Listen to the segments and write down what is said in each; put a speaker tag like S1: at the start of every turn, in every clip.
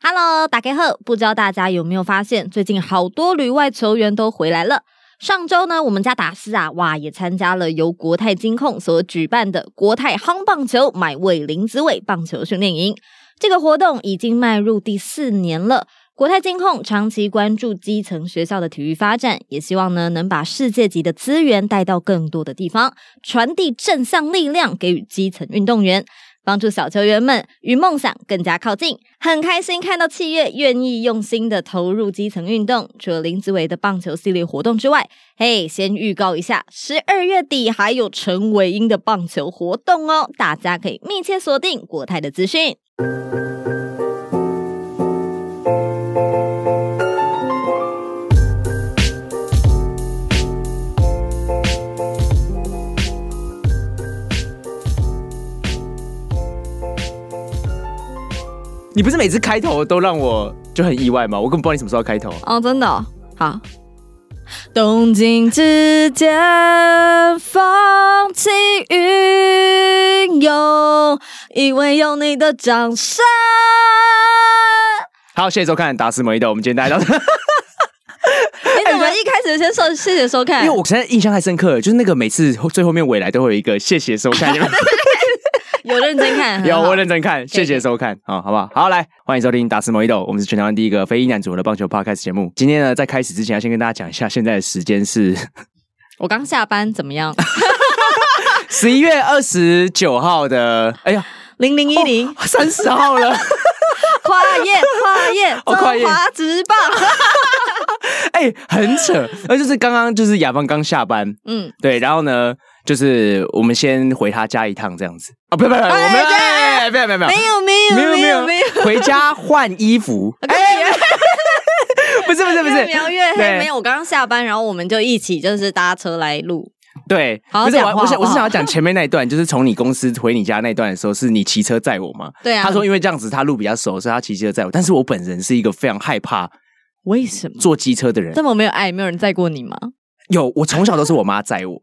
S1: Hello，打开后，不知道大家有没有发现，最近好多旅外球员都回来了。上周呢，我们家达斯啊，哇，也参加了由国泰金控所举办的国泰夯棒球买位林子伟棒球训练营。这个活动已经迈入第四年了。国泰金控长期关注基层学校的体育发展，也希望呢能把世界级的资源带到更多的地方，传递正向力量给予基层运动员。帮助小球员们与梦想更加靠近。很开心看到七月愿意用心的投入基层运动。除了林子维的棒球系列活动之外，嘿，先预告一下，十二月底还有陈伟英的棒球活动哦，大家可以密切锁定国泰的资讯。
S2: 你不是每次开头都让我就很意外吗？我根本不知道你什么时候要开头。
S1: 哦，真的哦、好。东京之间，风起云涌，因为有你的掌声。
S2: 好，谢谢收看《达斯摩伊豆》，我们今天大家到，
S1: 哎你怎么一开始先说谢谢收看？
S2: 因为我现在印象太深刻了，就是那个每次最后面尾来都会有一个谢谢收看，有没有
S1: 有认真看，
S2: 有
S1: 很好
S2: 我认真看，谢谢收看啊、好不好？好，来欢迎收听《达斯摩伊豆》，我们是全台湾第一个非裔男主的棒球 podcast 节目。今天呢，在开始之前要先跟大家讲一下，现在的时间是
S1: 我刚下班怎么样？
S2: 十一月二十九号的，哎呀，
S1: 零零一零
S2: 三十号了。
S1: 哦跨越跨越
S2: 哦跨越
S1: 中华职 棒，
S2: 哎、很扯。那就是刚刚就是雅芳刚下班，
S1: 嗯，
S2: 对，然后呢，就是我们先回他家一趟这样子啊，不不不，我们哎不要不要不要，
S1: 没有啊没有没有没有，，啊
S2: 回家换衣 服，哎， 不是不是不
S1: 越
S2: 是，
S1: 描越黑，
S2: 对
S1: 没有。我刚刚下班，然后我们就一起就是搭车来录，
S2: 对，
S1: 好好
S2: 不是
S1: 讲
S2: 我
S1: 话
S2: 我
S1: 好
S2: 想
S1: 不
S2: 我
S1: 好
S2: 是想要讲前面那一段，就是从你公司回你家那一段的时候，是你骑车载我嘛？
S1: 对啊。
S2: 他说因为这样子他路比较熟，所以他骑车载我，但是我本人是一个非常害怕
S1: 为什么
S2: 坐机车的人，
S1: 这么没有爱，没有人载过你吗？
S2: 有，我从小都是我妈载我，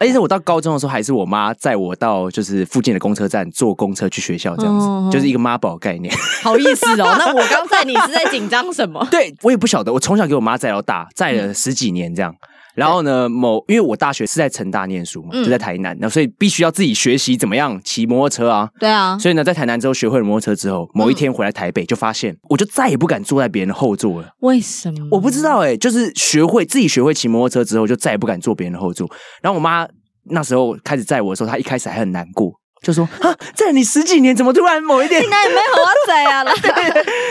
S2: 而且是我到高中的时候还是我妈载我到就是附近的公车站坐公车去学校，这样子、
S1: 哦
S2: 就是一个妈宝概念。？
S1: 好意思 哦，那我刚载你是在紧张什么
S2: 对我也不晓得，我从小给我妈载到大，载了
S1: 嗯
S2: 十几年这样。然后呢，某因为我大学是在成大念书嘛，
S1: 嗯
S2: 就在台南，那所以必须要自己学习怎么样骑摩托车啊。
S1: 对啊，
S2: 所以呢，在台南之后学会了摩托车之后，某
S1: 嗯
S2: 一天回来台北，就发现我就再也不敢坐在别人的后座了。
S1: 为什么？
S2: 我不知道哎、就是学会自己学会骑摩托车之后，就再也不敢坐别人的后座。然后我妈那时候开始载我的时候，她一开始还很难过，就说：“啊，载了你十几年，怎么突然某 一天
S1: 那也没有我载啊啦。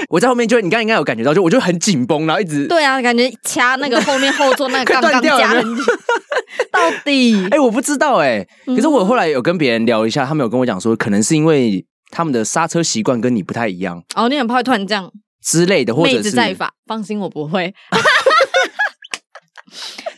S2: 我在后面就你刚刚应该有感觉到，就我就很紧绷，然后一 直
S1: 对啊，感觉掐那个后面后座那个 杠
S2: 快断
S1: 杠
S2: 掉了
S1: 夹很紧， 到底
S2: 哎、我不知道哎、
S1: 嗯
S2: 可是我后来有跟别人聊一下，他们有跟我讲说，可能是因为他们的刹车习惯跟你不太一样
S1: 哦，你很怕会突然这样，
S2: 之类的，或
S1: 妹
S2: 者
S1: 子
S2: 是
S1: 在法，放心，我不会。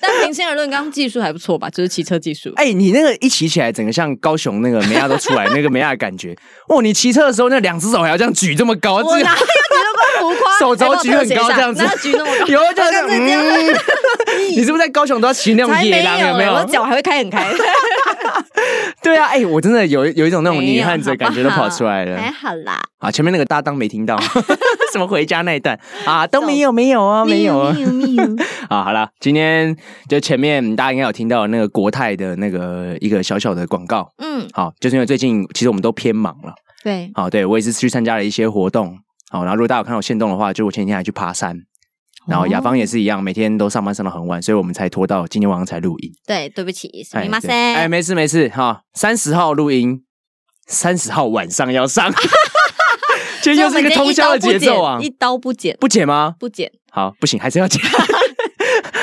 S1: 但平心而论，刚刚技术还不错吧，就是骑车技术。
S2: 哎、你那个一骑起来，整个像高雄那个梅亚都出来那个梅亚的感觉。哇，你骑车的时候那两只手还要这样举这么高，
S1: 我
S2: 这个
S1: 哪有举那么浮夸？ 哎
S2: 手肘
S1: 还帮我
S2: 举很
S1: 特写一
S2: 高
S1: 下
S2: 这样子
S1: 哪有举那么高？
S2: 有啊就是
S1: 我刚才这样
S2: 嗯， 你是不是在高雄都要骑那种
S1: 才
S2: 野
S1: 没
S2: 狼？有没
S1: 欸
S2: 有？
S1: 我脚还会开很开，
S2: 对啊，哎、我真的有有一种 那 种
S1: 没有
S2: 女汉子的感觉都跑出
S1: 还
S2: 来了。
S1: 好哎啦。
S2: 啊，前面那个搭档没听到， 什么回家那一段 啊，都没有没有啊，没有啊。
S1: 没有没有， 没有
S2: 啊，好了，今天就前面大家应该有听到那个国泰的那个一个小小的广告。
S1: 嗯，
S2: 好，就是因为最近其实我们都偏忙了。
S1: 对，
S2: 好，对我也是去参加了一些活动。好，然后如果大家有看到我现动的话，就我前几天还去爬山。然后雅芳也是一样，每天都上班上到很晚，所以我们才拖到今天晚上才录音。
S1: 对，对不起，す
S2: 哎
S1: みま
S2: 对
S1: せん
S2: 哎，没事没事哈，三十号录音，三十号晚上 要上，今天又是一个通宵的节奏啊
S1: 一！刀不剪，
S2: 不剪吗？
S1: 不剪，
S2: 好，不行，还是要剪，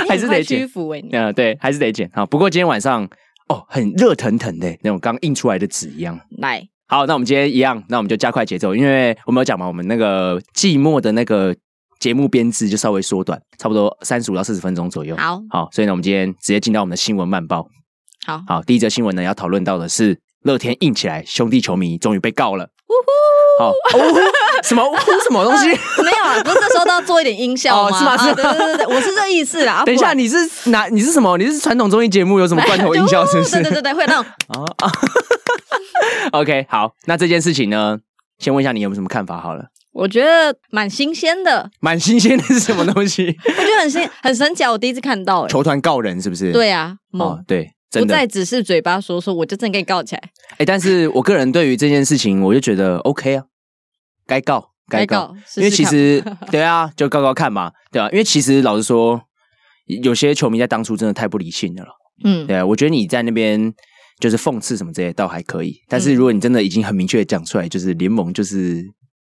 S2: 还是
S1: 你很快
S2: 得
S1: 屈
S2: 剪。
S1: 服哎你。
S2: 嗯、对，还是得剪。好，不过今天晚上哦，很热腾腾的那种刚印出来的纸一样。
S1: 来，
S2: 好，那我们今天一样，那我们就加快节奏，因为我们有讲嘛，我们那个季末的那个节目编制就稍微缩短，差不多三十五到四十分钟左右。
S1: 好
S2: 好，所以呢，我们今天直接进到我们的新闻慢报。
S1: 好，
S2: 好，第一则新闻呢，要讨论到的是乐天硬起来，兄弟球迷终于被告了。好，哦、什么什么 东西？
S1: 没有啊，不是说都要做一点音效
S2: 哦是吗
S1: 啊
S2: 是吗
S1: 对对对对，我是这意思啦。啊
S2: 等一下，
S1: 不
S2: 你是哪？你是什么？你是传统综艺节目有什么罐头
S1: 然
S2: 音效？是不是？
S1: 对对对对，会那种
S2: 啊啊，OK，好，那这件事情呢，先问一下你有没有什么看法好了？
S1: 我觉得蛮新鲜的，
S2: 蛮新鲜的是什么东西？
S1: 我觉得很新很神奇啊，我第一次看到、欸。
S2: 球团告人是不是？
S1: 对啊，猛、
S2: 哦，对，
S1: 不
S2: 真的。
S1: 再只是嘴巴说说，我就真的给你告起来。
S2: 哎，但是我个人对于这件事情，我就觉得 OK 啊，该告该告，
S1: 告，试
S2: 因为
S1: 试
S2: 其
S1: 看
S2: 实 对啊，就告告看嘛，对啊，因为其实老实说，有些球迷在当初真的太不理性了啦。
S1: 嗯，
S2: 对啊，我觉得你在那边就是讽刺什么这些倒还可以，但
S1: 嗯
S2: 是如果你真的已经很明确地讲出来，就是联盟就是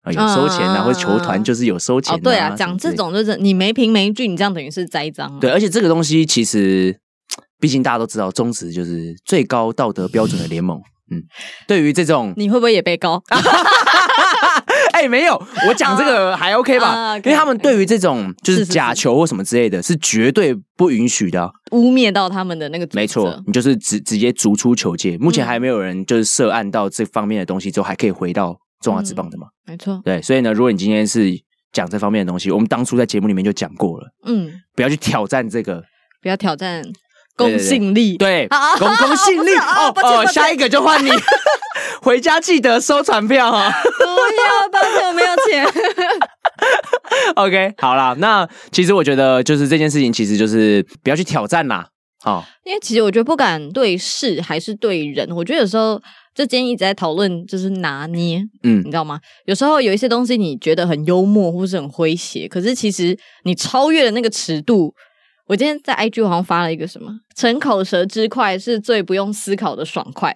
S2: 啊有收钱啊，
S1: 嗯
S2: 或者球团
S1: 嗯
S2: 就是有收钱、
S1: 哦，对
S2: 啊
S1: 啊，，
S2: 什么
S1: 讲
S2: 之
S1: 这
S2: 类的
S1: 种就是你没凭没据，你这样等于是栽赃啊。
S2: 对，而且这个东西其实，毕竟大家都知道，宗旨就是最高道德标准的联盟。嗯，对于这种，
S1: 你会不会也被告？啊
S2: 哎、没有，我讲这个还 OK 吧？
S1: 啊
S2: 因为他们
S1: 可以
S2: 对于这种就是
S1: 是是
S2: 假球或什么之类的，是绝对不允许的啊、
S1: 污蔑到他们的那个
S2: 没
S1: 组
S2: 错
S1: 织，啊
S2: 你就是直直接逐出球界。目
S1: 嗯
S2: 前还没有人就是涉案到这方面的东西之后，还可以回到中华职棒的嘛？
S1: 没错，
S2: 对，所以呢，如果你今天是讲这方面的东西，我们当初在节目里面就讲过了，
S1: 嗯，
S2: 不要去挑战这个。
S1: 不要挑战公信力。
S2: 对，
S1: 啊
S2: 公公信
S1: 不
S2: 力
S1: 是
S2: 哦
S1: 哦抱歉
S2: 哦
S1: 抱，歉
S2: 下一个就 换你，回家记得收传票哦哈、
S1: 不要，抱歉，我没有钱。
S2: OK，好啦，那其实我觉得就是这件事情，其实就是不要去挑战啦。哦，
S1: 因为其实我觉得不管对事还是对人，我觉得有时候就今天一直在讨论就是拿捏，
S2: 嗯
S1: 你知道吗？有时候有一些东西你觉得很幽默或是很诙谐，可是其实你超越了那个尺度。我今天在 IG 我好像发了一个什么“逞口舌之快是最不用思考的爽快”，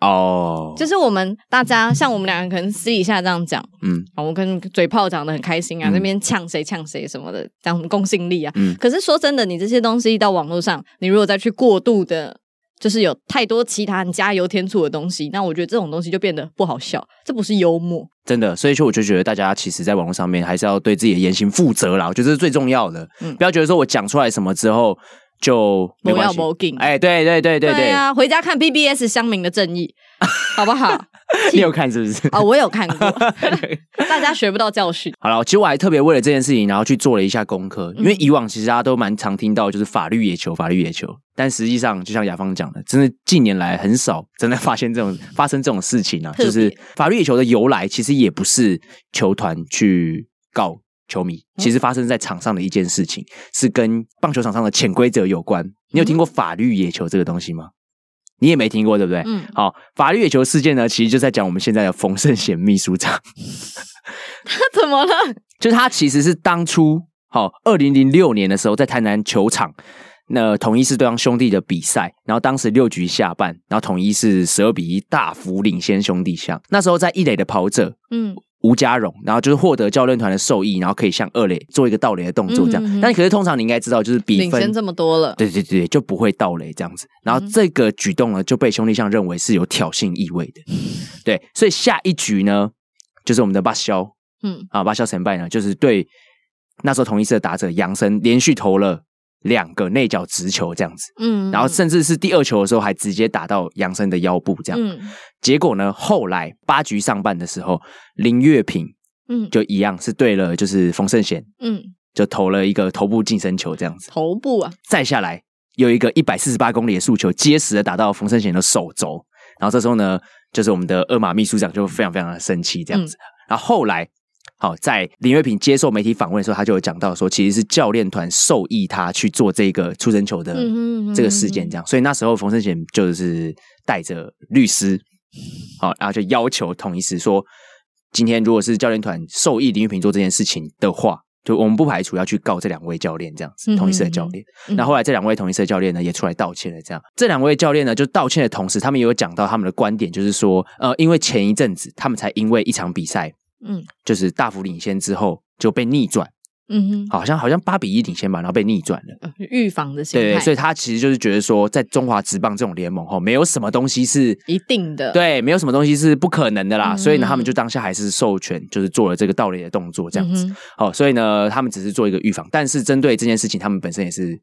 S2: 哦，
S1: 就是我们大家像我们两个可能私底下这样讲，
S2: 嗯
S1: 啊，我跟嘴炮讲的很开心啊，
S2: 嗯
S1: 那边呛谁呛谁什么的，讲什么公信力啊。
S2: 嗯
S1: 可是说真的，你这些东西到网络上，你如果再去过度的，就是有太多其他你加油添醋的东西，那我觉得这种东西就变得不好笑，这不是幽默。
S2: 真的，所以说我就觉得大家其实，在网络上面还是要对自己的言行负责啦，我觉得这是最重要的。
S1: 嗯
S2: 不要觉得说我讲出来什么之后就没
S1: 不
S2: 关
S1: 要
S2: 系。
S1: 不劲，
S2: 哎，对对对对对，
S1: 啊，回家看 BBS 乡民的正义，好不好？
S2: 你有看是不 是？
S1: 啊、我有看过，大家学不到教训。
S2: 好了，其实我还特别为了这件事情，然后去做了一下功课，因为
S1: 嗯
S2: 以往其实大家都蛮常听到就是法律野球，法律野球，但实际上就像雅芳讲的，真的近年来很少真的发现这种发生这种事情啊，
S1: 特别
S2: 就是法律野球的由来其实也不是球团去告球迷，其
S1: 嗯
S2: 实发生在场上的一件事情是跟棒球场上的潜规则有关。你
S1: 嗯
S2: 有听过法律野球这个东西吗？你也没听过，对不对？
S1: 嗯，
S2: 好，法律野球事件呢，其实就在讲我们现在的冯胜贤秘书长。
S1: 那怎么了？
S2: 就是他其实是当初好二零零六年的时候在台南球场。那统一是对上兄弟的比赛，然后当时六局下半，然后统一是十二比一大幅领先兄弟项。那时候在一垒的跑者
S1: 嗯，
S2: 吴家荣，然后就是获得教练团的授意，然后可以向二垒做一个盗垒的动作，这样。
S1: 嗯嗯嗯
S2: 但可是通常你应该知道，就是比
S1: 领
S2: 分
S1: 先这么多了，嗯
S2: 对对对，就不会盗垒这样子。然后这个举动呢，就被兄弟象认为是有挑衅意味的。对，所以下一局呢，就是我们的巴肖
S1: 嗯，
S2: 啊，八校成败呢，就是对那时候同一次的打者杨森连续投了两个内角直球这样子，
S1: 嗯，
S2: 然后甚至是第二球的时候还直接打到杨森的腰部这样。
S1: 嗯
S2: 结果呢，后来八局上半的时候，林月平
S1: 嗯
S2: 就一样是对了，就是冯胜贤
S1: 嗯，
S2: 就投了一个头部近身球这样子，
S1: 头部啊，
S2: 再下来有一个一百四十八公里的速球，结实的打到冯胜贤的手肘，然后这时候呢，就是我们的二马秘书长就非常非常的生气这样子。然后后来，好在林月平接受媒体访问的时候，他就有讲到说，其实是教练团授意他去做这个出征球的
S1: 嗯
S2: 呃这个事件，这样。所以那时候冯胜贤就是带着律师，好，然后就要求统一师说，今天如果是教练团授意林月平做这件事情的话。就我们不排除要去告这两位教练，这样
S1: 嗯
S2: 子，同一师的教练。
S1: 嗯
S2: 那后来这两位同一社教练呢也出来道歉了，这样这两位教练呢就道歉的同时，他们也有讲到他们的观点，就是说，呃，因为前一阵子他们才因为一场比赛
S1: 嗯
S2: 就是大幅领先之后就被逆转，
S1: 嗯
S2: 好像好像八比一领先吧，然后被逆转了。
S1: 哼，预防的心
S2: 对
S1: 态，
S2: 所以他其实就是觉得说，在中华职棒这种联盟后，没有什么东西是
S1: 一定的，，
S2: 对，没有什么东西是不可能的啦。
S1: 嗯
S2: 所以呢，他们就当下还是授权，就是做了这个盗垒的动作，这
S1: 嗯
S2: 样子。，哦，所以呢，他们只是做一个预防，但是针对这件事情，他们本身也是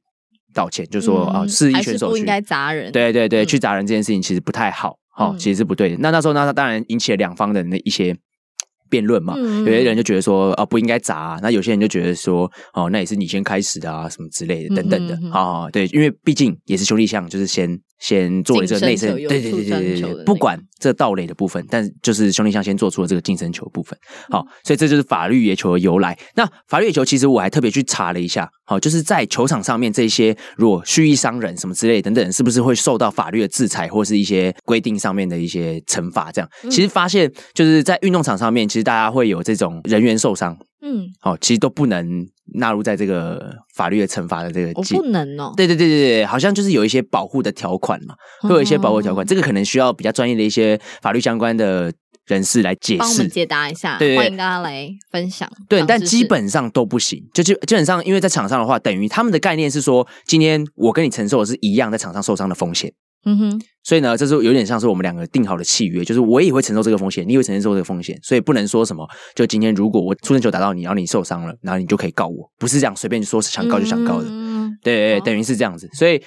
S2: 道歉，就说啊、
S1: 嗯
S2: 示意
S1: 还
S2: 选
S1: 是
S2: 手
S1: 不
S2: 去
S1: 应，该砸人，，
S2: 对对对，
S1: 嗯
S2: 去砸人这件事情其实不太好，哦，
S1: 嗯
S2: 其实是不对的。那那时候呢，当然引起了两方的那一些辩论嘛，
S1: 嗯
S2: 啊有些人就觉得说啊、不应该砸、那有些人就觉得说哦那也是你先开始的啊什么之类的等等的
S1: 嗯哼嗯哼
S2: 啊、哦对，因为毕竟也是兄弟象，就是先先做了这个内
S1: 净身
S2: 伸，
S1: 球有
S2: 对对对
S1: 触身
S2: 对对
S1: 球的那
S2: 对，
S1: 个
S2: 不管这盗垒的部分，但就是兄弟象先做出了这个净身球的部分。好，
S1: 嗯
S2: 所以这就是法律野球的由来。那法律野球其实我还特别去查了一下，好，就是在球场上面这些如果蓄意伤人什么之类等等，是不是会受到法律的制裁或是一些规定上面的一些惩罚？这样，
S1: 嗯
S2: 其实发现就是在运动场上面，其实大家会有这种人员受伤，
S1: 嗯，
S2: 好，其实都不能纳入在这个法律的惩罚的这个
S1: 我
S2: 界
S1: 不能哦，
S2: 对对对对对，好像就是有一些保护的条款嘛，会有一些保
S1: 嗯
S2: 护条
S1: 哦
S2: 款，这个可能需要比较专业的一些法律相关的人士来解
S1: 帮我们
S2: 释。
S1: 解答一下，
S2: 对对对
S1: 欢迎大家来分享。
S2: 对，
S1: 长
S2: 但
S1: 知识
S2: 基本上都不行，就基基本上，因为在场上的话，等于他们的概念是说，今天我跟你承受的是一样在场上受伤的风险，
S1: 嗯哼，
S2: 所以呢，这是有点像是我们两个定好的契约，就是我也会承受这个风险，你也会承受这个风险，所以不能说什么，就今天如果我出生球打到你，然后你受伤了，然后你就可以告我，不是这样随便说想告就想告的。
S1: 嗯
S2: 对，
S1: 哦
S2: 等于是这样子。所以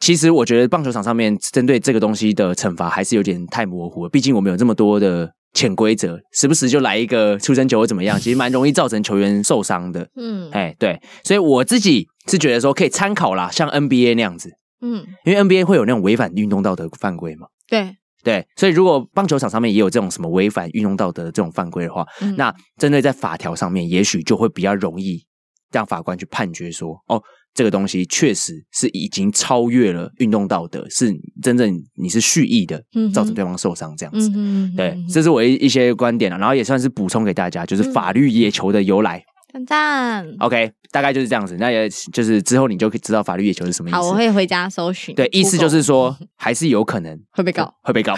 S2: 其实我觉得棒球场上面针对这个东西的惩罚还是有点太模糊了，毕竟我们有这么多的潜规则，时不时就来一个出生球或怎么样，其实蛮容易造成球员受伤的。
S1: 嗯
S2: 哎，对，所以我自己是觉得说可以参考啦，像 NBA 那样子，
S1: 嗯，
S2: 因为 NBA 会有那种违反运动道德犯规嘛。
S1: 对，
S2: 对，所以如果棒球场上面也有这种什么违反运动道德的这种犯规的话，
S1: 嗯
S2: 那针对在法条上面，也许就会比较容易让法官去判决说，哦，这个东西确实是已经超越了运动道德，是真正你是蓄意的
S1: 嗯哼
S2: 造成对方受伤这样子。
S1: 嗯嗯，
S2: 对，这是我一一些观点啊，然后也算是补充给大家，就是
S1: 嗯
S2: 法律野球的由来。
S1: 赞赞。
S2: OK，大概就是这样子。那也就是之后你就可以知道法律野球是什么意
S1: 好，我
S2: 思。
S1: 会回家搜寻。
S2: 对，意思就是
S1: Google
S2: 说，还是有可能
S1: 会被 告，
S2: 会 被告。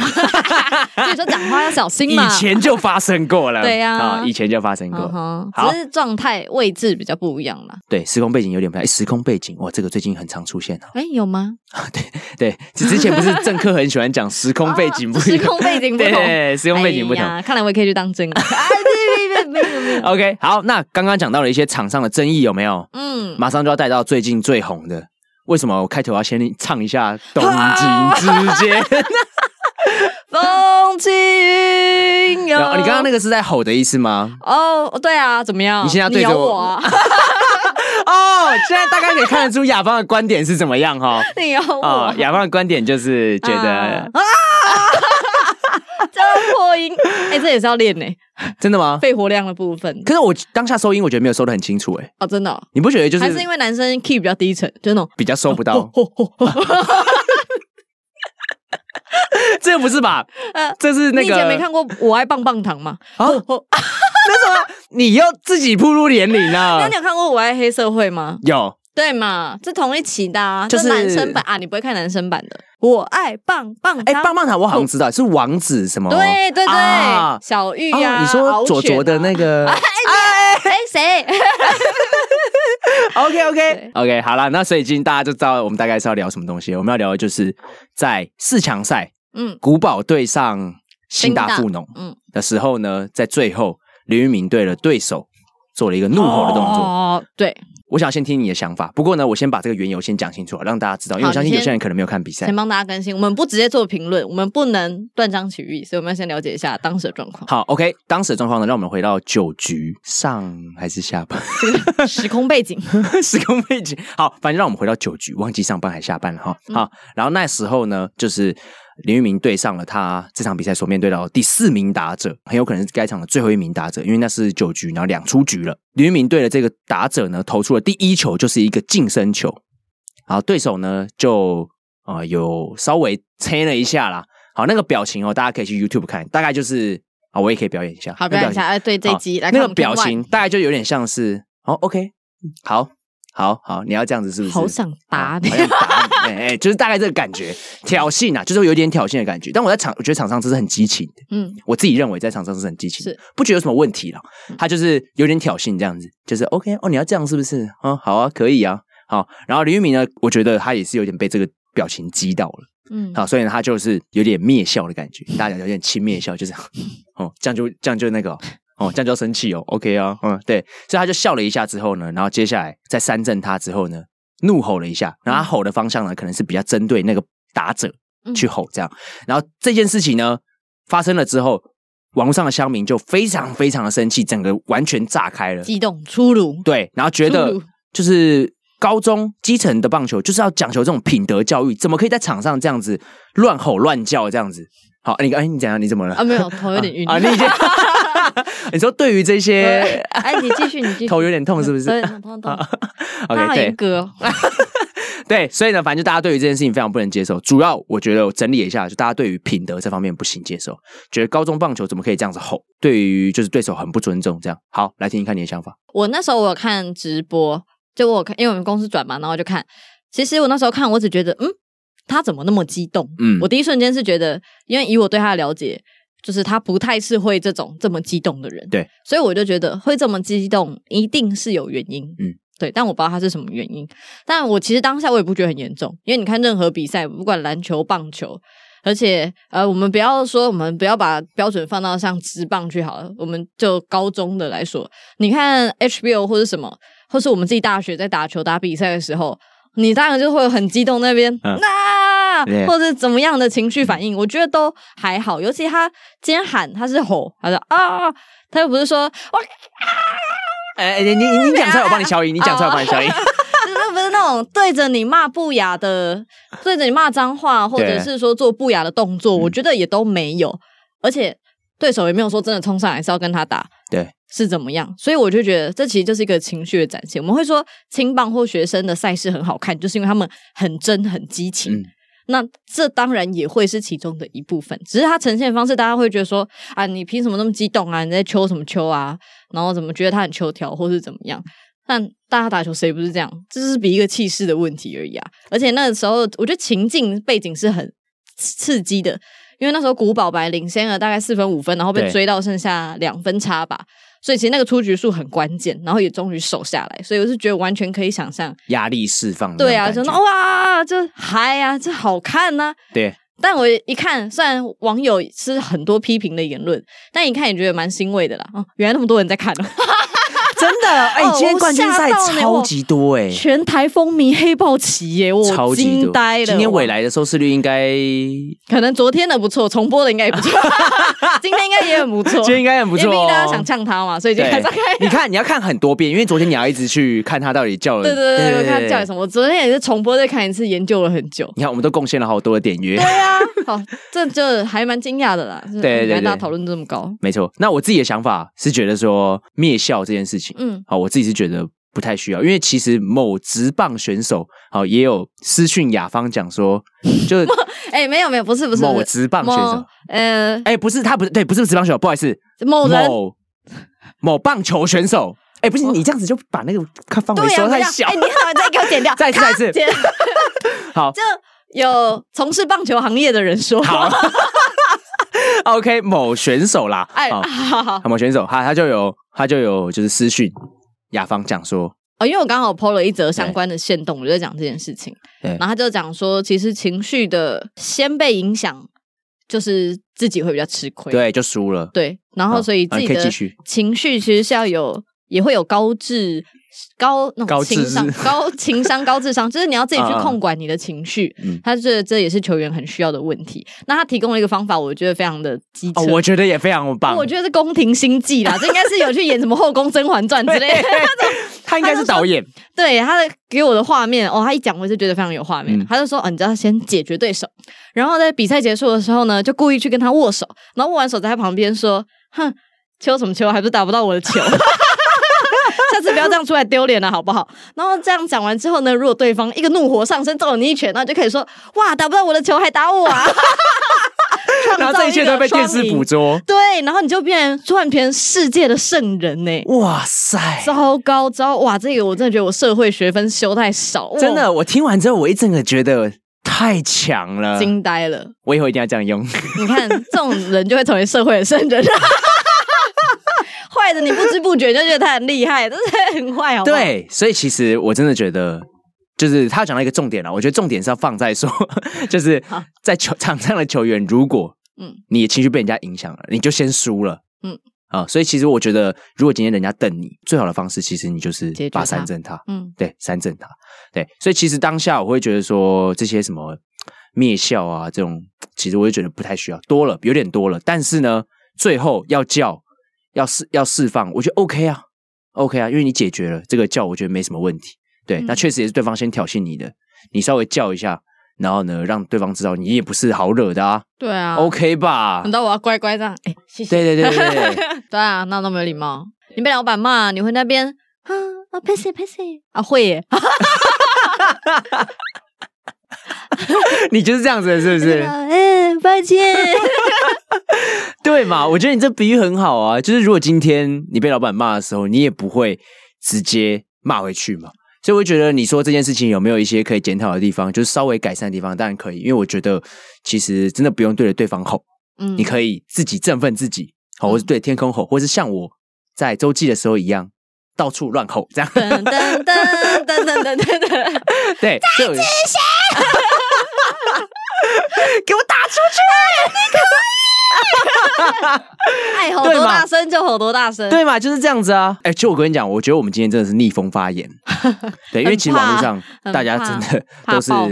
S1: 所 以说讲话要小心
S2: 以
S1: 嘛。
S2: 前就发生过了，啊
S1: 对呀
S2: 以前就发生过。
S1: 嗯哼，
S2: 好
S1: 只是状态位置比较不一样啦。
S2: 对，时空背景有点不太，诶时空背景哇，这个最近很常出现啊。
S1: 哎，有吗？
S2: 对，之之前不是政客很喜欢讲时空背景不
S1: 哦
S2: 一
S1: 时
S2: 样，
S1: 空背景不
S2: 对
S1: 同，
S2: 对，时空背景不同
S1: 哎。呀看来我也可以去当 真。哎，对对对，没有没有。
S2: OK，好，那刚刚讲到了一些场上的争议有没有？
S1: 嗯，
S2: 马上就要带到最近最红的，为什么我开头要先唱一下《东
S1: 啊
S2: 京之间》
S1: 风起云涌。
S2: 然后你刚刚那个是在吼的意思吗？
S1: 哦，对啊，怎么样？
S2: 你现在要对着
S1: 有
S2: 我
S1: 我啊，
S2: 哦，现在大概可以看得出雅芳的观点是怎么样哈、
S1: 你 有我
S2: 哦。，雅芳的观点就是觉得
S1: 啊， 这样破音，哎，这也是要练呢，
S2: 真的吗？
S1: 肺活量的部分。
S2: 可是我当下收音，我觉得没有收的很清楚、诶，哎，
S1: 哦，真的哦，
S2: 你不觉得就
S1: 还是
S2: 是哦
S1: 因为男生 key 比较低沉，就那种
S2: 比较收 不到？
S1: 吼吼 吼吼
S2: 这个不是吧？
S1: 呃
S2: 这是那个
S1: 你以前没看过《我爱棒棒糖》吗？
S2: 啊？那什么？啊你又自己步入年龄
S1: 那
S2: 啊了
S1: 啊你？有看过《我爱黑社会》吗？
S2: 有
S1: 对嘛，这同一期的、啊，
S2: 就是
S1: 这男生版啊，你不会看男生版的。我爱棒棒
S2: 哎
S1: 糖，，
S2: 棒棒糖我好像知道是王子什么？
S1: 对对对，
S2: 啊
S1: 小玉
S2: 哦
S1: 啊，
S2: 你
S1: 敖
S2: 说
S1: 犬
S2: 左
S1: 啊
S2: 左的那 个
S1: 哎谁？
S2: ？OK OK
S1: 对
S2: OK，好了，那所以今天大家就知道我们大概是要聊什么东西。我们要聊的就是在四强赛，
S1: 嗯
S2: 古堡对上新达
S1: 新大
S2: 富农
S1: 嗯，
S2: 的时候呢，在最后林玉明对了对手做了一个怒吼的动作。
S1: 哦，对，
S2: 我想先听你的想法，不过呢，我先把这个缘由先讲清楚，让大家知道，因为
S1: 好
S2: 我相信
S1: 你
S2: 有
S1: 先
S2: 些人可能没有看比赛
S1: 先。帮大家更新，我们不直接做评论，我们不能断章取义，所以我们要先了解一下当时的状 况。
S2: 好，OK，当时的状况呢，让我们回到九局上还是下半
S1: 时空背景，
S2: 时空背景。好，反正让我们回到九局，忘记上半还下半了哈。好，然后那时候呢，就是林玉明对上了他这场比赛所面对到的第四名打者，很有可能是该场的最后一名打者，因为那是九局，然后两出局了。林玉明对了这个打者呢，投出了第一球就是一个近身球，然后对手呢就啊、呃有稍微切了一下啦。好，那个表情哦，大家可以去 YouTube 看，大概就是啊，我也可以表演一下。
S1: 好，
S2: 那
S1: 表演
S2: 表
S1: 一
S2: 情
S1: 下，哎，对这一
S2: 好
S1: 集来看
S2: 那
S1: 我
S2: 个
S1: 们
S2: 表
S1: 看外
S2: 情，大概就有点像是哦，OK，好，好，好，你要这样子是不是？
S1: 好想打你
S2: 好，想打你，哎、哎，就是大概这个感觉，挑衅啊，就是有点挑衅的感觉。但我在场，我觉得场上这是很激情的，
S1: 嗯，
S2: 我自己认为在场上是很激情的，
S1: 是嗯
S2: 不觉得有什么问题了。他就是有点挑衅这样子，就是 OK，哦，你要这样是不是？哦，好啊，可以啊，好。然后林玉明呢，我觉得他也是有点被这个表情激到了。
S1: 嗯，
S2: 好，所以呢，他就是有点蔑笑的感觉，大家有点轻蔑笑，就是哦，这样就这样就那个哦，哦这样就要生气哦，OK 啊，嗯，对，所以他就笑了一下之后呢，然后接下来在三振他之后呢，怒吼了一下，然后他吼的方向呢，可能是比较针对那个打者
S1: 嗯
S2: 去吼这样，然后这件事情呢发生了之后，网络上的乡民就非常非常的生气，整个完全炸开了，
S1: 激动出炉，
S2: 对，然后觉得
S1: 出炉
S2: 就是高中基层的棒球就是要讲求这种品德教育，怎么可以在场上这样子乱吼乱叫这样子？好，哎你哎你怎样？你怎么了？
S1: 啊，没有，头有点晕
S2: 啊，你已经你说对于这些
S1: 哎，你继续，你继续。
S2: 头有点痛是不是
S1: 对，痛 痛痛。他
S2: ，OK
S1: 好
S2: 对
S1: 严格哦，
S2: 对，所以呢，反正就大家对于这件事情非常不能接受。主要我觉得我整理一下，就大家对于品德这方面不行接受，觉得高中棒球怎么可以这样子吼，对于就是对手很不尊重这样。好，来听听看你的想法。
S1: 我那时候我有看直播，就我有看，因为我们公司转嘛，然后我就看。其实我那时候看，我只觉得，嗯，他怎么那么激动？
S2: 嗯
S1: 我第一瞬间是觉得，因为以我对他的了解，就是他不太是会这种这么激动的人。
S2: 对，
S1: 所以我就觉得会这么激动，一定是有原因。
S2: 嗯。
S1: 对，但我不知道他是什么原因。但我其实当下我也不觉得很严重，因为你看任何比赛，不管篮球、棒球，而且呃，我们不要说我们不要把标准放到像职棒去好了，我们就高中的来说，你看 HBO 或者什么，或是我们自己大学在打球打比赛的时候，你当然就会很激动那边
S2: 嗯
S1: 那、
S2: 对
S1: 或者怎么样的情绪反应，我觉得都还好。尤其他今天喊他是吼，他说啊，他又不是说哇，
S2: 哎、你你你讲出来，我帮你消音。你讲出来，我帮你 消音。
S1: 就是不是那种对着你骂不雅的，对着你骂脏话，或者是说做不雅的动作，
S2: 嗯
S1: 我觉得也都没有，而且对手也没有说真的冲上来是要跟他打，
S2: 对，
S1: 是怎么样？所以我就觉得这其实就是一个情绪的展现。我们会说青棒或学生的赛事很好看，就是因为他们很真很激情。
S2: 嗯
S1: 那这当然也会是其中的一部分，只是它呈现方式，大家会觉得说啊，你凭什么那么激动啊？你在秋什么秋啊？然后怎么觉得他很秋条，或是怎么样？但大家打球谁不是这样？这就是比一个气势的问题而已啊！而且那个时候，我觉得情境背景是很刺激的，因为那时候古堡白领先了大概四分五分，然后被
S2: 对
S1: 追到剩下两分差吧，所以其实那个出局数很关键，然后也终于守下来，所以我是觉得完全可以想象，
S2: 压力释放。
S1: 对啊，
S2: 就
S1: 就那哇，就嗨呀、啊，这好看呐、
S2: 对
S1: 但我一看，虽然网友是很多批评的言论，但一看也觉得蛮欣慰的啦。哦，原来那么多人在看哦，
S2: 真的。哎、
S1: 哦
S2: 今天冠军赛
S1: 我吓到你
S2: 超级多 哎、
S1: 全台风靡黑豹旗耶，
S2: 超
S1: 我
S2: 级
S1: 惊
S2: 多
S1: 呆了。
S2: 今天未来的收视率应该，
S1: 可能昨天的不错，重播的应该也不 错，今天应该也很不错。
S2: 今天应该很不
S1: 因为
S2: 错、
S1: 毕
S2: 哦。
S1: 竟大家想呛他嘛，所以就开始看。
S2: 你看，你要看很多遍，因为昨天你要一直去看他到底叫了。
S1: 对对对对，看他叫你
S2: 么？
S1: 什么？我昨天也是重播再看一次，研究了很久。
S2: 你看，我们都贡献了好多的点阅。
S1: 对啊，好，这就还蛮惊讶的啦。就是
S2: 对对对
S1: 原来大家讨论这么高，
S2: 没错。那我自己的想法是觉得说灭校这件事情，
S1: 嗯，
S2: 好，我自己是觉得不太需要，因为其实某职棒选手，好也有私讯雅芳讲说， 就是
S1: 哎，没有没有，不是不是，
S2: 某
S1: 不是
S2: 职棒选
S1: 某
S2: 手，
S1: 呃，
S2: 哎、不是他不是对，不是职棒选手，不好意思，
S1: 某人
S2: 某 某棒球选手，哎、不是你这样子就把那个看范围
S1: 哦对呀、
S2: 缩
S1: 啊，
S2: 哦太小
S1: 哎、，你 好，再给我剪掉，
S2: 再一次再一次，
S1: 剪。
S2: 好
S1: 就有从事棒球行业的人说，
S2: 好，OK，某选手啦， 啊
S1: 哎，
S2: 好
S1: 好好，
S2: 某选手，他他就有他就有就是私讯雅芳讲说，
S1: 哦，因为我刚好 PO 了一则相关的线动，我就在讲这件事情。
S2: 对
S1: 然后他就讲说，其实情绪的先被影响，就是自己会比较吃亏。
S2: 对，就输了。
S1: 对，然后
S2: 好
S1: 所以
S2: 好
S1: 自己
S2: 你可以
S1: 的
S2: 继续
S1: 情绪其实是要有，也会有高智高那
S2: 高
S1: 种
S2: 智
S1: 情商、
S2: 是
S1: 高情商、高智商，就是你要自己 去
S2: 啊啊
S1: 控管你的情绪。
S2: 嗯
S1: 他这这也是球员很需要的问题。那他提供了一个方法，我觉得非常的机车。
S2: 哦，我觉得也非常棒。
S1: 我觉得是宫廷心计啦，这应该是有去演什么《后宫甄嬛传》之类的。
S2: 他应该是导演，
S1: 对他的给我的画面，哦，他一讲我就觉得非常有画面。
S2: 嗯
S1: 他就说，哦，你知道先解决对手，然后在比赛结束的时候呢，就故意去跟他握手，然后握完手在他旁边说，哼，秋什么秋，还不是打不到我的球。 下次不要这样出来丢脸了，好不好？然后这样讲完之后呢，如果对方一个怒火上升揍了你一拳，那就可以说哇，打不到我的球还打我啊！创
S2: 然后
S1: 造
S2: 这一切
S1: 个
S2: 都被电
S1: 双
S2: 视
S1: 赢
S2: 捕捉。
S1: 对，然后你就变突然变世界的圣人呢、
S2: 哇塞！
S1: 糟糕糟哇！这个我真的觉得我社会学分修太少，哇
S2: 真的，我听完之后，我一整个觉得太强了。
S1: 惊呆了。
S2: 我以后一定要这样用。
S1: 你看这种人就会成为社会的圣人， 坏的你不知不觉就觉得他很厉害，但是很坏，好不好？
S2: 对，所以其实我真的觉得，就是他讲到一个重点了。啊我觉得重点是要放在说， 就是
S1: 好
S2: 在球场上的球员，如果
S1: 嗯
S2: 你的情绪被人家影响了，你就先输了。嗯
S1: 嗯。
S2: 啊，所以其实我觉得，如果今天人家瞪你，最好的方式其实你就是
S1: 解决
S2: 把
S1: 他
S2: 三振他，
S1: 嗯，
S2: 对，三振他，对，所以其实当下我会觉得说这些什么灭校啊这种，其实我就觉得不太需要，多了有点多了，但是呢，最后要叫要释要释放，我觉得 OK 啊，OK 啊，因为你解决了这个叫，我觉得没什么问题。对，
S1: 嗯
S2: 那确实也是对方先挑衅你的，你稍微叫一下，然后呢，让对方知道你也不是好惹的啊
S1: 对啊
S2: o k 吧
S1: 等？到我要乖乖这样，哎、谢谢。
S2: 对对对对对，
S1: 对啊，那都没有礼貌。你被老板骂，你会那边 啊啊拍谁拍谁啊会耶，
S2: 你就是这样子的，是不是？
S1: 哎、抱歉，
S2: 对嘛？我觉得你这比喻很好啊，就是如果今天你被老板骂的时候，你也不会直接骂回去嘛。所以我觉得你说这件事情有没有一些可以检讨的地方，就是稍微改善的地方，当然可以，因为我觉得其实真的不用对着对方吼，
S1: 嗯
S2: 你可以自己振奋自己，好，或是对天空吼，或是像我在周记的时候一样。到处乱吼，这样
S1: 噔噔噔噔噔噔噔噔，
S2: 对，就 给我打出去！
S1: 爱哎吼
S2: 对
S1: 多
S2: 嘛
S1: 大声就吼多大声，
S2: 对嘛，就是这样子啊！哎、就我跟你讲，我觉得我们今天真的是逆风 发言，对，因为其实
S1: 很怕
S2: 网络上
S1: 很
S2: 大家
S1: 怕
S2: 真的
S1: 怕
S2: 都是
S1: 爆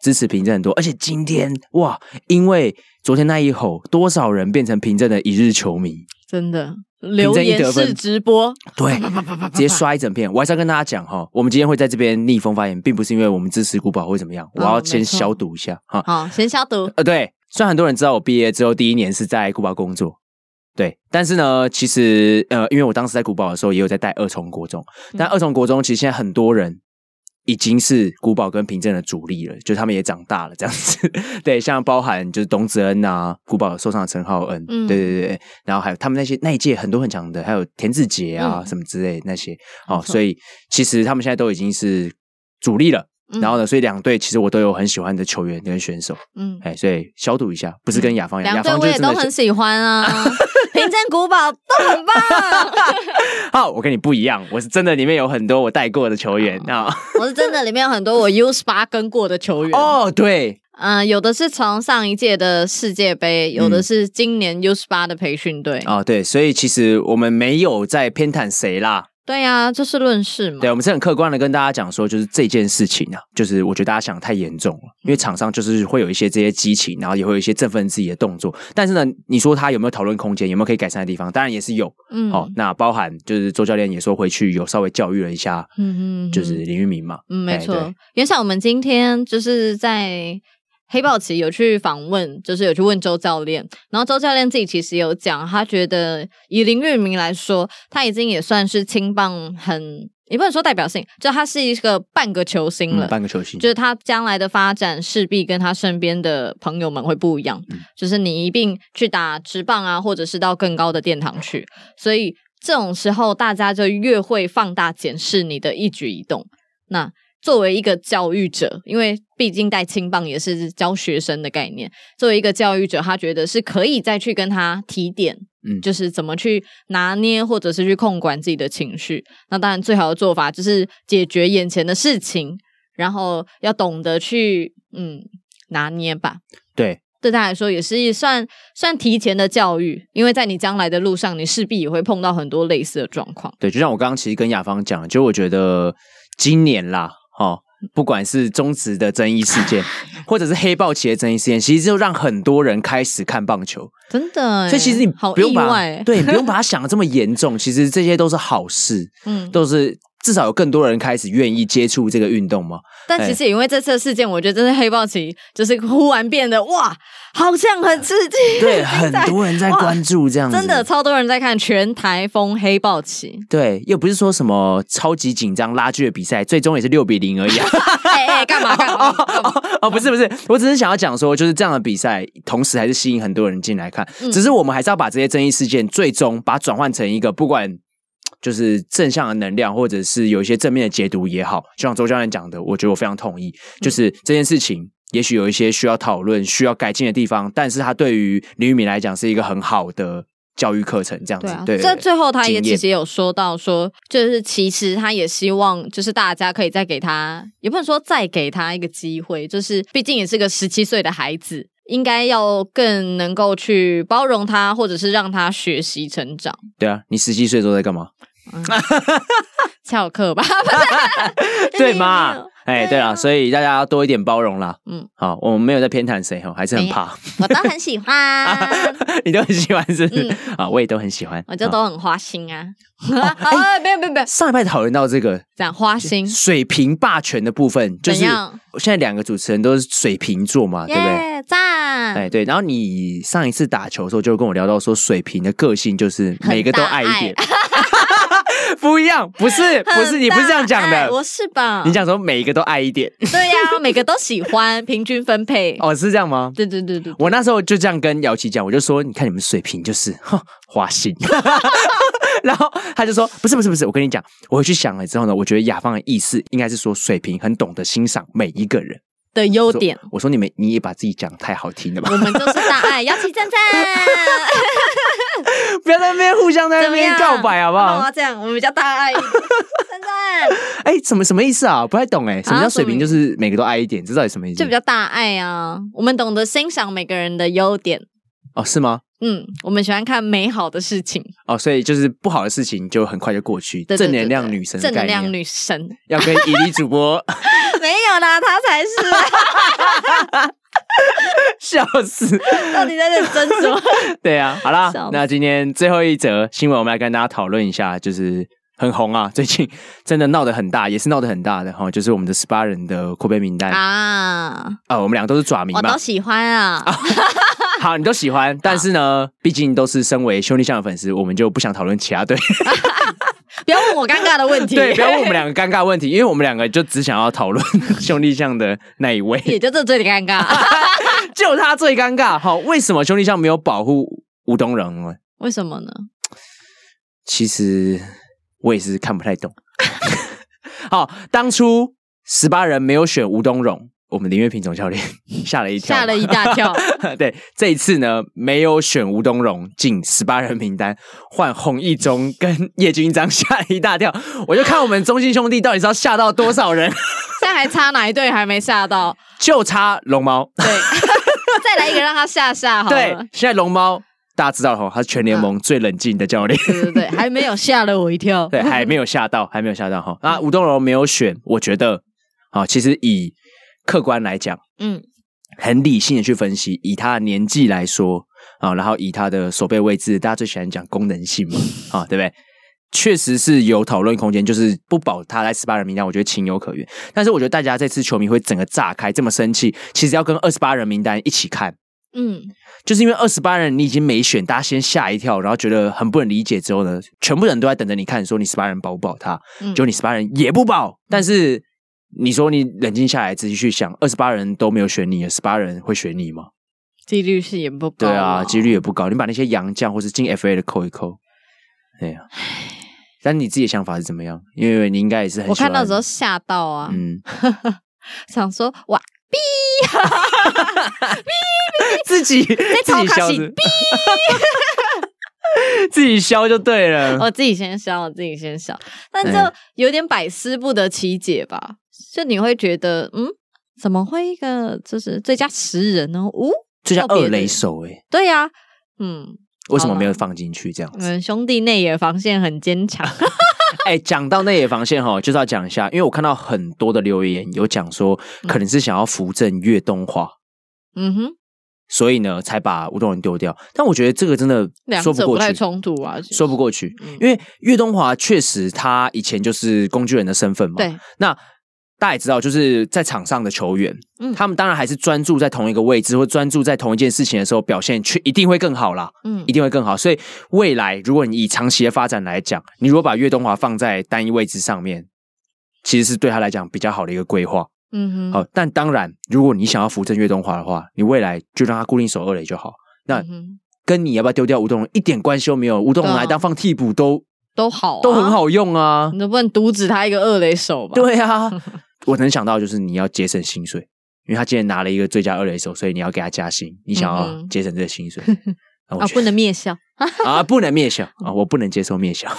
S2: 支持平证很多，而且今天哇，因为昨天那一吼，多少人变成平证的一日球迷？
S1: 真的
S2: 证
S1: 留言
S2: 一得分
S1: 式直播，
S2: 对，
S1: 啪啪啪啪啪
S2: 直接刷一整片。我还是要跟大家讲哈，我们今天会在这边逆风发言，并不是因为我们支持古堡或怎么样，我
S1: 哦
S2: 要
S1: 没
S2: 先
S1: 错
S2: 消毒一下哈。
S1: 好，先消毒，
S2: 呃，对，虽然很多人知道我毕业之后第一年是在古堡工作，对，但是呢，其实呃，因为我当时在古堡的时候也有在带二重国中，但
S1: 嗯
S2: 二重国中其实现在很多人已经是古堡跟平镇的主力了，就他们也长大了这样子。 对，像包含就是董子恩啊，古堡受伤的陈浩恩，
S1: 嗯
S2: 对对对，然后还有他们那些那一届很多很强的，还有田志杰啊、
S1: 嗯
S2: 什么之类的那些哦
S1: 没，错
S2: 所以其实他们现在都已经是主力
S1: 嗯
S2: 了。然后呢，所以两队其实我都有很喜欢的球员跟选手。
S1: 嗯，
S2: 哎，所以消毒一下，不是跟雅芳一样，
S1: 两队
S2: 雅芳
S1: 我
S2: 就
S1: 也
S2: 真
S1: 都
S2: 的
S1: 很
S2: 是
S1: 喜欢 啊，平镇古堡都很棒，
S2: 好，我跟你不一样，我是真的里面有很多我带过的球员啊。
S1: 我是真的里面有很多我 U 十八跟过的球员
S2: 哦，对，
S1: 嗯，有的是从上一届的世界杯，有的是今年 U 十八的培训队。
S2: 嗯哦对，所以其实我们没有在偏袒谁啦，
S1: 对呀、啊，就事论事嘛。
S2: 对，我们是很客观的跟大家讲说，就是这件事情啊，就是我觉得大家想得太严重了，因为场上就是会有一些这些激情，然后也会有一些振奋自己的动作，但是呢，你说他有没有讨论空间，有没有可以改善的地方，当然也是有。
S1: 嗯，
S2: 好、那包含就是周教练也说回去有稍微教育了一下，
S1: 嗯嗯嗯
S2: 就是林玉明嘛，
S1: 嗯，没
S2: 哎对
S1: 错。原想我们今天就是在黑豹旗有去访问，就是有去问周教练，然后周教练自己其实有讲，他觉得以林玉明来说，他已经也算是青棒很，也不能说代表性，就他是一个半个球星了
S2: 嗯，。半个球星
S1: 就，是他将来的发展势必跟他身边的朋友们会不一样，就是你一并去打直棒啊，或者是到更高的殿堂去，所以这种时候大家就越会放大检视你的一举一动。那作为一个教育者，因为毕竟带青棒也是教学生的概念，作为一个教育者，他觉得是可以再去跟他提点，
S2: 嗯
S1: 就是怎么去拿捏，或者是去控管自己的情绪。那当然，最好的做法就是解决眼前的事情，然后要懂得去嗯拿捏吧。
S2: 对，
S1: 对他来说也是一算算提前的教育，因为在你将来的路上，你势必也会碰到很多类似的状况。
S2: 对，就像我刚刚其实跟雅芳讲，就我觉得今年啦，哦，不管是中职的争议事 件，或者是黑豹旗的争议事件，其实就让很多人开始看棒球。
S1: 真的欸，
S2: 所以其实你
S1: 好
S2: 不用
S1: 意
S2: 把
S1: 外欸，
S2: 对，不用把它想的这么严重。其实这些都是好事，
S1: 嗯，
S2: 都是至少有更多人开始愿意接触这个运动嘛。
S1: 但其实也因为这次的事件，我觉得真是黑豹旗就是忽然变得哇，好像很刺激，
S2: 对，
S1: 很
S2: 很
S1: 精彩
S2: 多人在
S1: 哇
S2: 关注这样子，。
S1: 真的超多人在看全台风黑豹 旗
S2: 对，又不是说什么超级紧张拉锯的比赛，最终也是六比零而已、啊。
S1: 哎哎，干嘛干嘛？干嘛
S2: 哦，不是不是，我只是想要讲说，就是这样的比赛，同时还是吸引很多人进来
S1: 嗯
S2: 看。只是我们还是要把这些争议事件，最终把它转换成一个不管就是正向的能量，或者是有一些正面的解读也好，就像周教练讲的，我觉得我非常同意，
S1: 嗯
S2: 就是这件事情。也许有一些需要讨论、需要改进的地方，但是它对于林玉敏来讲是一个很好的教育课程，这样子
S1: 对啊。，
S2: 对对
S1: 这
S2: 对
S1: 最后他也
S2: 经
S1: 其
S2: 验
S1: 实有说到说，就是其实他也希望就是大家可以再给他，也不能说再给他一个机会，就是毕竟也是个十七岁的孩子，应该要更能够去包容他，或者是让他学习成长。
S2: 对啊！你十七 岁的时候在干嘛？
S1: 翘课吧，
S2: 对嘛
S1: 没有？
S2: 哎，对
S1: 啊
S2: 啦，所以大家要多一点包容啦。
S1: 嗯
S2: 嗯，好，我们没有在偏袒谁哦，还是很
S1: 没有
S2: 怕。
S1: 我都很喜欢，
S2: 你都很喜欢是不是
S1: 嗯？
S2: 啊，我也都很喜欢。
S1: 我就
S2: 啊
S1: 都很花心 啊。
S2: 哦
S1: 啊，没有没有没有，
S2: 上一拜讨论到这个
S1: 讲花心
S2: 水瓶霸权的部分，就是
S1: 怎样
S2: 现在两个主持人都是水瓶座嘛，对不对？
S1: 耶赞，
S2: 哎对，然后你上一次打球的时候就跟我聊到说，水瓶的个性就是每个都爱一点， 不一样，不是不是，你不是这样讲
S1: 很大爱
S2: 的，
S1: 我是吧？
S2: 你讲说每一个都爱一点，
S1: 对呀，每个都喜欢，平均分配。
S2: 哦，是这样吗？
S1: 对对对对，对
S2: 我那时候就这样跟姚琪讲，我就说，你看你们水平就是 哼花心。 然后他就说：“不是不是不是，我跟你讲，我回去想了之后呢，我觉得雅芳的意思应该是说，水平很懂得欣赏每一个人
S1: 的优
S2: 我
S1: 点
S2: 说。我说你们你也把自己讲得太好听了吧
S1: 我，们就是大爱，要起赞赞，
S2: 不要在那边互相在
S1: 怎
S2: 那
S1: 么
S2: 边
S1: 样？
S2: 告白好不
S1: 干
S2: 好
S1: 嘛？这样，我们比较大爱，赞赞
S2: 哎、什么什么意思啊？不太懂哎、什么
S1: 啊
S2: 叫
S1: 什么
S2: 水平？就是每个都爱一点，这到底什么意思
S1: 就比？较大爱啊。我们懂得欣赏每个人的优点，
S2: 哦，是吗？
S1: 嗯，我们喜欢看美好的事情，
S2: 哦，所以就是不好的事情就很快就过去，
S1: 对对对
S2: 正能量
S1: 对
S2: 女神的
S1: 正能
S2: 概念
S1: 量女神
S2: 要跟以丽主播
S1: 没有啦，她才是啊，
S2: 笑死。
S1: 到底在认真什么？
S2: 对啊，好啦
S1: 笑死，
S2: 那今天最后一则新闻，我们来跟大家讨论一下，就是很红啊，最近真的闹得很大，也是闹得很大的哈、哦就是我们的十八人的扩编名单啊、
S1: 啊，
S2: 我们两个都是爪迷
S1: 我
S2: 嘛
S1: 都，喜欢啊，
S2: 好，你都喜欢，但是呢，毕竟都是身为兄弟象的粉丝，我们就不想讨论 其他队，
S1: 不要问我尴尬的问题，
S2: 对，不要问我们两个尴尬问题，因为我们两个就只想要讨论兄弟象的那 一位，
S1: 也就这最尴尬，
S2: 就他最尴尬。好，为什么兄弟象没有保护吴东人呢？
S1: 为什么呢？
S2: 其实我也是看不太懂。 好，当初十八人没有选吴东荣，我们林月平总教练 吓了一跳，
S1: 吓了一大跳，
S2: 对，这一次呢，没有选吴东荣进十八人名单，换洪一中跟叶军章， 吓了一大跳。我就看我们中信兄弟到底是要吓到多少人，
S1: 现在还差哪一队还没吓到？
S2: 就差龙猫。
S1: 对，再来一个让他吓吓好
S2: 对
S1: 了。，
S2: 现在龙猫大家知道吼，他是全联盟最冷静的 教练。
S1: 对对对，还没有吓了我一 跳。
S2: 对，还没有吓到，还没有吓到哈。啊，吴东荣没有选，我觉得，啊，其实以客观来讲，
S1: 嗯，
S2: 很理性的去分析，以他的年纪来说啊，然后以他的手背位置，大家最喜欢讲功能性嘛，啊，对不对？确实是有讨论空间，就是不保他在十八人名单，我觉得情有可原。但是我觉得大家这次球迷会整个炸开，这么生气，其实要跟二十八人名单一起看，
S1: 嗯，
S2: 就是因为二十八人你已经没选，大家先吓一跳，然后觉得很不能理解，之后呢，全部人都在等着你看，说你十八人保不保他，
S1: 嗯
S2: 就你十八人也不保，但是你说你冷静下来仔细去想，二十八人都没有选你，十八人会选你吗？
S1: 几率是也不高。
S2: 对啊，几。率也不高，你把那些洋将或是进 FA 的扣一扣，对啊。 但你自己的想法是怎么样？因为你应该也是很
S1: 我
S2: 喜欢
S1: 看到的时候吓到啊，
S2: 嗯，
S1: 想说哇，
S2: 自 己自己
S1: 偷
S2: 消
S1: 看戏
S2: 是，嗯自己消就对了。
S1: 我自己先笑，我自己先笑，但就
S2: 哎
S1: 有点百思不得其解吧。就你会觉得，嗯，怎么会一个就是最佳十人呢？哦，
S2: 就像
S1: 特别
S2: 二
S1: 的
S2: 垒手哎、欸
S1: 对呀、嗯，
S2: 为什么没有放进去这样
S1: 我
S2: 子？
S1: 们兄弟内野防线很坚强。
S2: 哎、讲到内野防线哈，就是要讲一下，因为我看到很多的留言有讲说，可能是想要扶正越冬化，
S1: 嗯哼，
S2: 所以呢才把吴东人丢掉。但我觉得这个真的
S1: 两
S2: 说不
S1: 者不
S2: 过
S1: 太
S2: 去，
S1: 冲突啊。
S2: 说不过去
S1: 嗯，
S2: 因为岳东华确实他以前就是工具人的身份嘛。
S1: 对，
S2: 那大家也知道，就是在场上的球员，
S1: 嗯
S2: 他们当然还是专注在同一个位置或专注在同一件事情的时候，表现却一定会更好啦。
S1: 嗯
S2: 一定会更好。所以未来，如果你以长期的发展来讲，你如果把岳东华放在单一位置上面，其实是对他来讲比较好的一个规划。
S1: 嗯哼，
S2: 好，但当然，如果你想要扶正岳东华的话，你未来就让他固定守二垒就好。那
S1: 嗯哼
S2: 跟你要不要丢掉吴东荣一点关系都没有，吴东荣
S1: 对啊嗯
S2: 来当放替补都
S1: 都好、啊，
S2: 都很好用啊
S1: 你。能不能阻止他一个二垒手吧？，
S2: 对啊， 我能想到就是你要节省薪水，因为他今天拿了一个最佳二垒手，所以你要给他加薪，你想
S1: 嗯
S2: 要
S1: 哼
S2: 节省这个 薪水。啊我
S1: 啊，
S2: 觉
S1: 不能灭笑。
S2: 啊，不能灭笑啊，我不能接受 灭笑。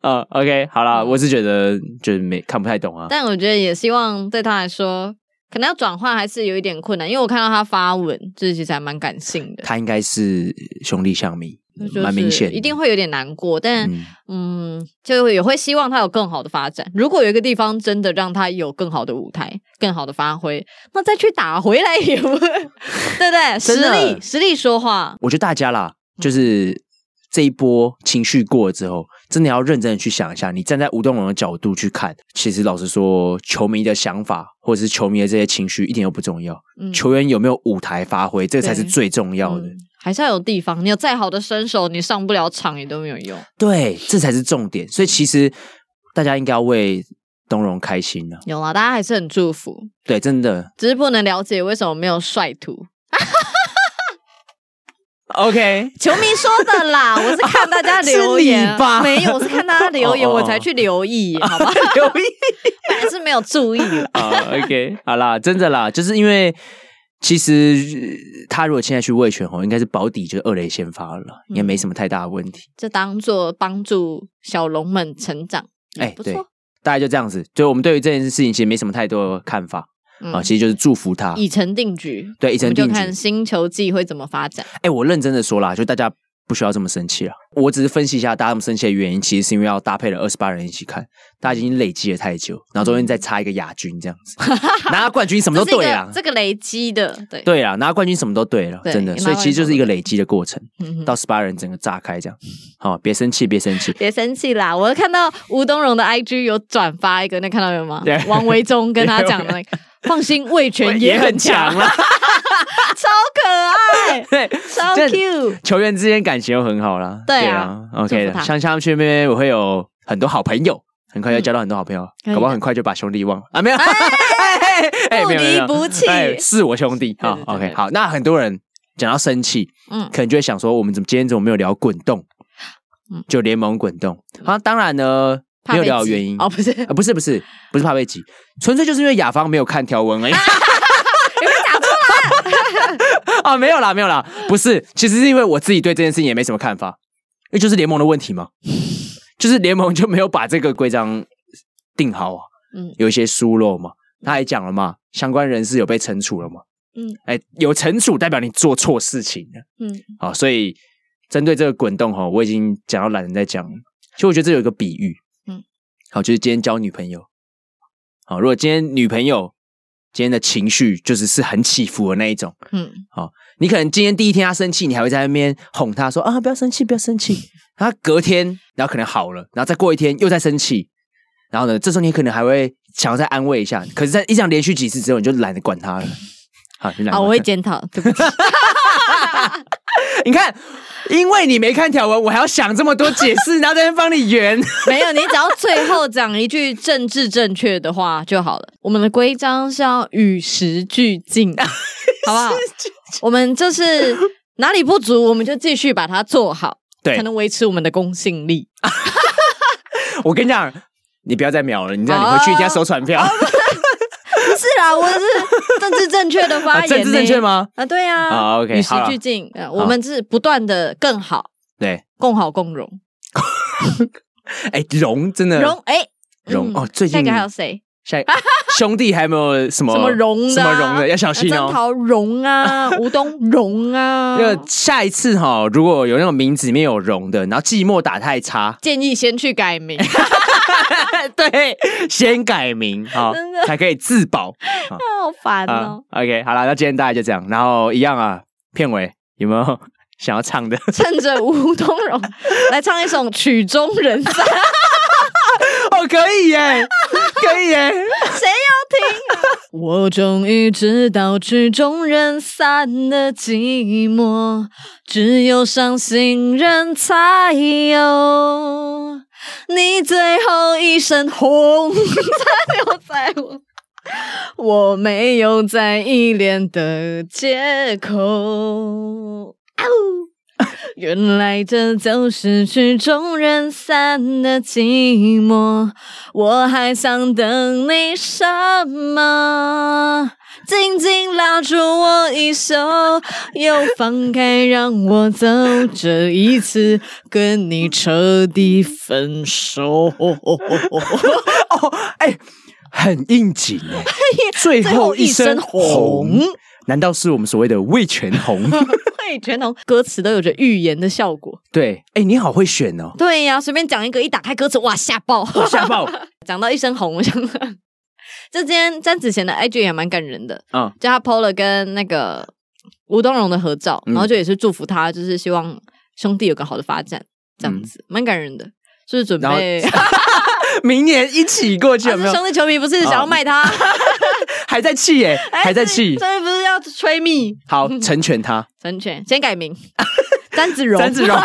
S2: 啊，OK，好啦，我是觉得就是没看不太懂啊。
S1: 嗯但我觉得也希望对他来说，可能要转换还是有一点困难，因为我看到他发文，就是其实还蛮感性的。
S2: 他应该是兄弟象迷，
S1: 就是
S2: 蛮明显的
S1: 一定会有点难过，但
S2: 嗯
S1: 嗯，就也会希望他有更好的发展。如果有一个地方真的让他有更好的舞台、更好的发挥，那再去打回来也 不，对不对？实
S2: 真的
S1: 力实力说话，
S2: 我觉得大家啦，就是这一波情绪过了之后，真的要认真的去想一下，你站在吴东龙的角度去看，其实老实说，球迷的想法或者是球迷的这些情绪一点都不重要，
S1: 嗯，
S2: 球员有没有舞台发挥，这个才是
S1: 对
S2: 最重要的。
S1: 嗯还是要有地方。你有再好的身手，你上不了场也都没有用。
S2: 对，这才是重点。所以其实大家应该要为东荣开心呢、
S1: 有啦，大家还是很祝福，
S2: 对，真的。
S1: 只是不能了解为什么没有帅图。
S2: OK，
S1: 球迷说的 啦，我是看大家留
S2: 是你
S1: 言，
S2: 吧
S1: 没有，我是看大家留言
S2: 哦哦哦
S1: 我才去留意，好吧？
S2: 留意
S1: 本来是没有注意啦。
S2: 啊，OK，好 啦，真的啦，就是因为其实呃他如果现在去卫权吼，应该是保底就是二垒先发了，应该
S1: 嗯
S2: 没什么太大的问题。
S1: 就当做帮助小龙们成长，也
S2: 哎
S1: 不
S2: 对
S1: 错。
S2: 大概就这样子，就我们对于这件事情其实没什么太多的看法
S1: 嗯
S2: 啊，其实就是祝福他，
S1: 已成定局，
S2: 对，一
S1: 我
S2: 成
S1: 们就
S2: 定局
S1: 看。新球季会怎么发展。
S2: 哎、我认真的说啦，就大家不需要这么生气了。我只是分析一下大家这么生气的原因，其实是因为要搭配了二十八人一起看，大家已经累积了太久，然后中间再插一个亚军这样子，拿冠军什么都
S1: 嗯 这是一
S2: 对
S1: 个
S2: 啦，
S1: 这个累积的，对，
S2: 对啦，拿冠军什么都对了，
S1: 对
S2: 真的，
S1: 拿
S2: 所以其实就是一个累积的过程，
S1: 嗯哼。
S2: 到十八人整个炸开这样。好、别生气，别生气
S1: 别生气啦！我看到吴东荣的 IG 有转发一个，那看到有吗
S2: 对？
S1: 王维忠跟他讲的 那个，放心，魏权很强，啊
S2: 啦，
S1: 超可爱，
S2: 对，
S1: 超
S2: 这
S1: Q。
S2: 球员之间感情又很好啦。
S1: 对啊
S2: 啊，OK
S1: 祝福
S2: 的，
S1: 他
S2: 像像去那边我会有很多好朋友，很快就交到很多好朋友，
S1: 嗯可以的
S2: 搞不好很快就把兄弟忘了 啊，没有，哎哎没有没有
S1: 不离不弃
S2: 哎是我兄弟啊
S1: 对对。对
S2: OK，好，那很多人讲到生气，
S1: 嗯，
S2: 可能就会想说，我们怎么今天怎么没有聊滚动
S1: 嗯？
S2: 就联盟滚动啊，当然呢，
S1: 怕
S2: 没有
S1: 被
S2: 聊的
S1: 挤
S2: 原因
S1: 哦，不是，
S2: 啊，不是不是不是怕被挤，纯粹就是因为雅芳没有看条 文而已。啊， 没有啦，没有啦，不是，其实是因为我自己对这件事情也没什么看法，因为就是联盟的问题嘛，就是联盟就没有把这个规章定好啊，
S1: 嗯
S2: 有一些疏漏嘛，他还讲了嘛，相关人士有被惩处了嘛，
S1: 嗯，
S2: 哎，有惩处代表你做错事情了，
S1: 嗯，
S2: 啊，所以针对这个滚动哈，我已经讲到懒得再讲了。其实我觉得这有一个比喻，
S1: 嗯
S2: 嗯，好，就是今天交女朋友，好，如果今天女朋友今天的情绪就是是很起伏的那一种，
S1: 嗯，
S2: 你可能今天第一天她生气，你还会在那边哄她说啊，不要生气，不要生
S1: 嗯
S2: 气。然后隔天，然后可能好了，然后再过一天又再生气，然后呢，这时候你可能还会想要再安慰一下，可是，在一这样连续几次之后，你就懒得管她了。好，你懒得管她。
S1: 好，我会检讨，对不起，
S2: 你看，因为你没看条文，我还要想这么多解释，然后在那边帮你圆。
S1: 没有，你只要最后讲一句政治正确的话就好了。我们的规章是要与时俱 进，好不好？我们就是哪里不足，我们就继续把它做好，才
S2: 对，
S1: 能维持我们的公信力。
S2: 我跟你讲，你不要再秒了，你这样你回去一定要收传
S1: 哦
S2: 票。啊
S1: 不是啦，我是政治正确的发言、
S2: 啊政治正确？吗？
S1: 啊，对啊，
S2: 啊，OK，
S1: 与时
S2: 好啦
S1: 俱进，呃我们是不断的更好，
S2: 对，
S1: 共好共荣。
S2: 哎，荣真的
S1: 荣哎，
S2: 荣
S1: 嗯
S2: 哦，最
S1: 下一
S2: 近
S1: 个还有谁？
S2: 下一兄弟还有没有什么
S1: 什么荣的啊
S2: 什么荣的要小
S1: 啊
S2: 心
S1: 张
S2: 哦。
S1: 桃荣 啊，吴东荣啊，，
S2: 那个下一次哈，如果有那种名字里面有荣的，然后寂寞打太差
S1: 建议先去改名。
S2: 对，先改名啊
S1: 真的，
S2: 才可以自保。
S1: 好烦
S2: 啊
S1: 哦！
S2: OK，好了，那今天大概就这样。然后一样啊，片尾有没有 想要唱的？
S1: 趁着吴东荣来唱一首《曲终人散》，
S2: 哦，可以耶，可以耶。
S1: 谁要听、啊？我终于知道曲终人散的寂寞，只有伤心人才有。你最后一身红，才留在我。我没有再依恋的借口。啊呜原来这就是曲终人散的寂寞，我还想等你什么？紧紧拉住我衣袖，又放开让我走，这一次跟你彻底分 手。
S2: 哦，哎，很应景耶。 最后一身红，难道是我们所谓的魏全红？
S1: 会对，全农歌词都有着预言的效果。
S2: 对，哎、你好会选 哦，
S1: 对呀、随便讲一个，一打开歌词，哇，吓爆！
S2: 哇 吓爆！
S1: 讲到一身红，我想，这今天詹子贤的 IG 也蛮感人的，
S2: 嗯，
S1: 就他 PO 了跟那个吴东荣的合照，
S2: 嗯
S1: 然后就也是祝福他，就是希望兄弟有个好的发展，这样子蛮感人的。就是准
S2: 嗯然后
S1: 备，
S2: 明年一起过去有
S1: 还
S2: 没
S1: 是
S2: 有？
S1: 兄弟球迷不是想要卖他，
S2: 还在气耶、
S1: 哎
S2: 还在
S1: 这
S2: 气。
S1: 这不是要吹蜜
S2: 好，成全他，
S1: 成全，先改名 詹子荣，
S2: 詹 子荣。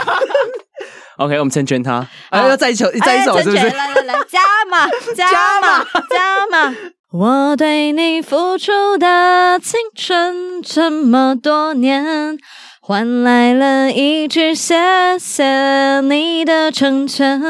S2: OK，我们成全他。啊，
S1: 好
S2: 要再一首，再一
S1: 哎
S2: 首是不
S1: 成全
S2: 是？
S1: 来来来，加 码加码加码！我对你付出的青春这么多年，换来了一句谢谢你的成全，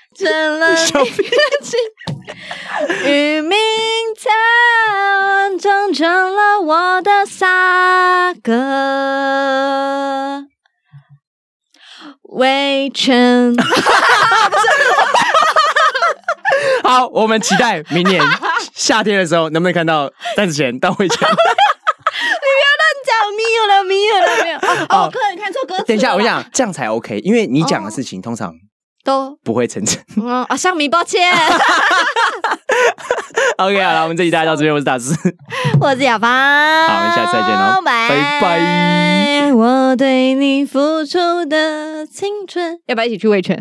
S1: 成了
S2: 小
S1: 你的情，与明天，成全了我的下个维权。
S2: 好，我们期待明 年夏天的时候能不能看到詹子贤到会 场。
S1: 讲没有了，没有了，没 有。哦，
S2: 哦
S1: 可能看错歌词了吧。
S2: 等一下，我想这样才 OK，因为你讲的事
S1: 哦
S2: 情通常
S1: 都
S2: 不会成真。
S1: 嗯啊，香米，抱歉，
S2: OK，好了，我们这期大家到这边，我是大师。
S1: 我是雅芳。
S2: 好我们下次再见哦
S1: 拜
S2: 拜拜。
S1: 我对你付出的青春，要不要一起去维权？